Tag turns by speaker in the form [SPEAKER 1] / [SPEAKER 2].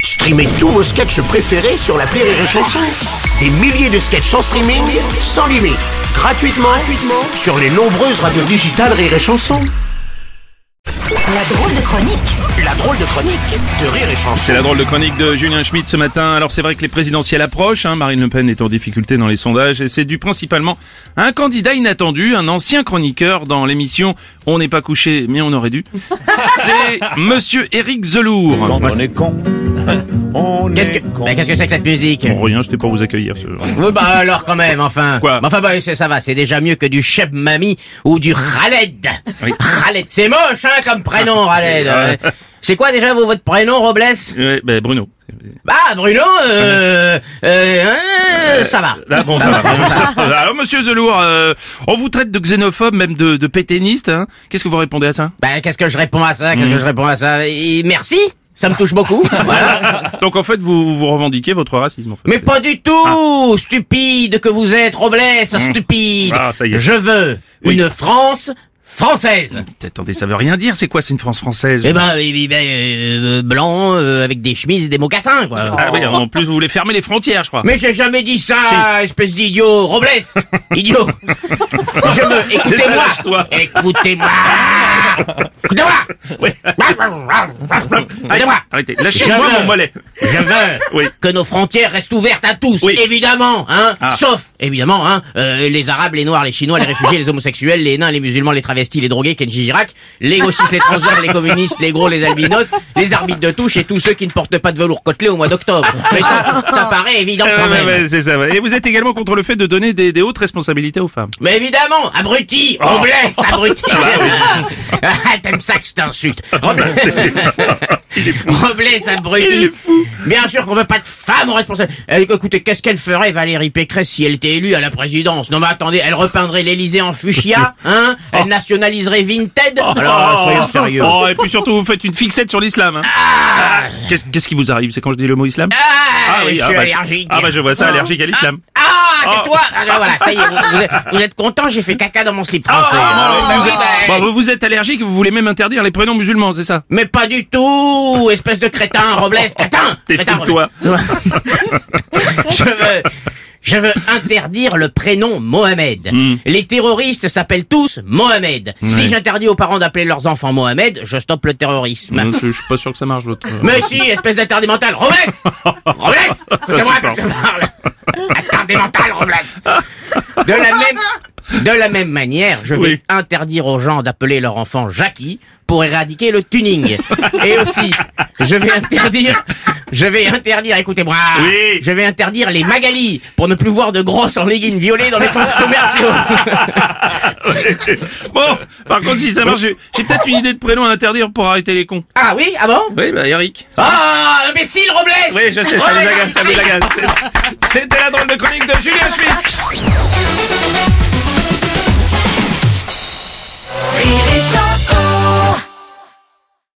[SPEAKER 1] Streamez tous vos sketchs préférés sur la Rire et Chanson. Des milliers de sketchs en streaming, sans limite, gratuitement, gratuitement sur les nombreuses radios digitales Rire et Chanson.
[SPEAKER 2] La drôle de chronique
[SPEAKER 1] La drôle de chronique de Rire et Chanson.
[SPEAKER 3] C'est la drôle de chronique de Julien Schmidt ce matin. Alors c'est vrai que les présidentielles approchent, hein. Marine Le Pen est en difficulté dans les sondages et c'est dû principalement à un candidat inattendu, un ancien chroniqueur dans l'émission On n'est pas couché mais on aurait dû. C'est monsieur Éric Zelour.
[SPEAKER 4] Quand on est con, on
[SPEAKER 5] Qu'est-ce que
[SPEAKER 4] est con.
[SPEAKER 5] bah, qu'est-ce que c'est que cette musique
[SPEAKER 3] Bon, rien, c'était pour vous accueillir. ce-
[SPEAKER 5] Oui, bah alors quand même, enfin.
[SPEAKER 3] Quoi
[SPEAKER 5] Mais Enfin bah c'est- ça va, c'est déjà mieux que du Cheb Mami ou du Khaled.
[SPEAKER 3] Oui. Ah,
[SPEAKER 5] Khaled, c'est moche hein comme prénom Khaled.
[SPEAKER 3] Ouais.
[SPEAKER 5] Euh, C'est quoi déjà vous, votre prénom Robles
[SPEAKER 3] Ouais, ben, Bruno.
[SPEAKER 5] Bah Bruno, euh, euh, hein, ça va. Ah,
[SPEAKER 3] Là, bon, ça va. Alors monsieur Zelour, euh, on vous traite de xénophobe, même de, de pétainiste. hein. Qu'est-ce que vous répondez à ça
[SPEAKER 5] Bah qu'est-ce que je réponds à ça Qu'est-ce
[SPEAKER 3] Mm.
[SPEAKER 5] que je réponds à ça Et Merci, ça me touche beaucoup. voilà.
[SPEAKER 3] Donc en fait, vous, vous revendiquez votre racisme. En fait.
[SPEAKER 5] Mais pas du tout, stupide que vous êtes, Robles, stupide.
[SPEAKER 3] Mm. Ah, ça y est.
[SPEAKER 5] Je veux
[SPEAKER 3] Oui.
[SPEAKER 5] une France française.
[SPEAKER 3] Attendez, ça veut rien dire. C'est quoi C'est une France française
[SPEAKER 5] Eh ben, il vivait euh, blanc euh, avec des chemises et des mocassins, quoi.
[SPEAKER 3] Ah oui, en plus vous voulez fermer les frontières, je crois.
[SPEAKER 5] Oh. Mais j'ai jamais dit ça, espèce d'idiot, Robles, idiot. Je veux, écoutez-moi,
[SPEAKER 3] lâche-toi.
[SPEAKER 5] écoutez-moi, écoutez-moi, Bah,
[SPEAKER 3] Ouais.
[SPEAKER 5] écoutez-moi.
[SPEAKER 3] Arrêtez, lâchez-moi
[SPEAKER 5] Jamais.
[SPEAKER 3] mon mollet.
[SPEAKER 5] Je veux
[SPEAKER 3] Oui.
[SPEAKER 5] que nos frontières restent ouvertes à tous,
[SPEAKER 3] Oui.
[SPEAKER 5] évidemment, hein,
[SPEAKER 3] Ah.
[SPEAKER 5] sauf évidemment, hein, euh, les Arabes, les Noirs, les Chinois, les réfugiés, les homosexuels, les nains, les musulmans, les travestis, les drogués, Kenji Girac, les gauchistes, les transgenres, les communistes, les gros, les albinos, les arbitres de touche et tous ceux qui ne portent pas de velours côtelé au mois d'octobre. Mais ça, ça paraît évident
[SPEAKER 3] Euh,
[SPEAKER 5] quand
[SPEAKER 3] ouais,
[SPEAKER 5] même.
[SPEAKER 3] ouais, c'est ça. ouais. Et vous êtes également contre le fait de donner des, des hautes responsabilités aux femmes.
[SPEAKER 5] Mais évidemment, abruti, on blesse, abruti. Ah, T'aimes ça que je t'insulte. Robles, Robles,
[SPEAKER 3] Il est
[SPEAKER 5] abruti. Bien sûr qu'on veut pas de femme responsable. Écoutez, qu'est-ce qu'elle ferait Valérie Pécresse si elle était élue à la présidence Non mais attendez, elle repeindrait l'Elysée en fuchsia, hein Elle nationaliserait Vinted Alors,
[SPEAKER 3] Oh.
[SPEAKER 5] soyons sérieux.
[SPEAKER 3] Oh, et puis surtout, vous faites une fixette sur l'islam. hein. Ah, Qu'est-ce qu'est-ce qui vous arrive C'est quand je dis le mot islam
[SPEAKER 5] Ah, je suis
[SPEAKER 3] ah, bah,
[SPEAKER 5] allergique.
[SPEAKER 3] Ah bah je vois ça, allergique à l'islam.
[SPEAKER 5] Ah,
[SPEAKER 3] Oh.
[SPEAKER 5] tais-toi Alors voilà, ça y est, vous, vous êtes, vous êtes content, j'ai fait caca dans mon slip français.
[SPEAKER 3] Ah,
[SPEAKER 5] Ah,
[SPEAKER 3] vous,
[SPEAKER 5] oui,
[SPEAKER 3] êtes,
[SPEAKER 5] bah,
[SPEAKER 3] bon, vous- vous êtes allergique, vous voulez même interdire les prénoms musulmans, c'est ça
[SPEAKER 5] Mais pas du tout, espèce de crétin, Robles, crétin,
[SPEAKER 3] T'es
[SPEAKER 5] crétin,
[SPEAKER 3] fou de toi.
[SPEAKER 5] Robles. je veux, je veux interdire le prénom Mohamed. Les terroristes s'appellent tous Mohamed. Si j'interdis aux parents d'appeler leurs enfants Mohamed, je stoppe le terrorisme.
[SPEAKER 3] Non, Je je suis pas sûr que ça marche l'autre.
[SPEAKER 5] Mais si, espèce d'interdit mental, Robles, Robles, c'est moi
[SPEAKER 3] supporte.
[SPEAKER 5] que je parle. Attardé mental, Robles. De la même, de la même manière, je vais
[SPEAKER 3] Oui.
[SPEAKER 5] interdire aux gens d'appeler leur enfant Jackie pour éradiquer le tuning. Et aussi, je vais interdire, je vais interdire, écoutez-moi,
[SPEAKER 3] Oui.
[SPEAKER 5] je vais interdire les Magali pour ne plus voir de grosses en leggings violets dans les centres commerciaux.
[SPEAKER 3] bon, par contre, si ça marche, j'ai j'ai peut-être une idée de prénom à interdire pour arrêter les cons.
[SPEAKER 5] Ah oui, ah bon?
[SPEAKER 3] Oui, bah Eric.
[SPEAKER 5] Ah, imbécile Robles!
[SPEAKER 3] Oui, je sais, ça
[SPEAKER 5] Robles,
[SPEAKER 3] vous agace, ça vous
[SPEAKER 5] imbécile.
[SPEAKER 3] agace. C'était la drôle de chronique de Julien Schmidt.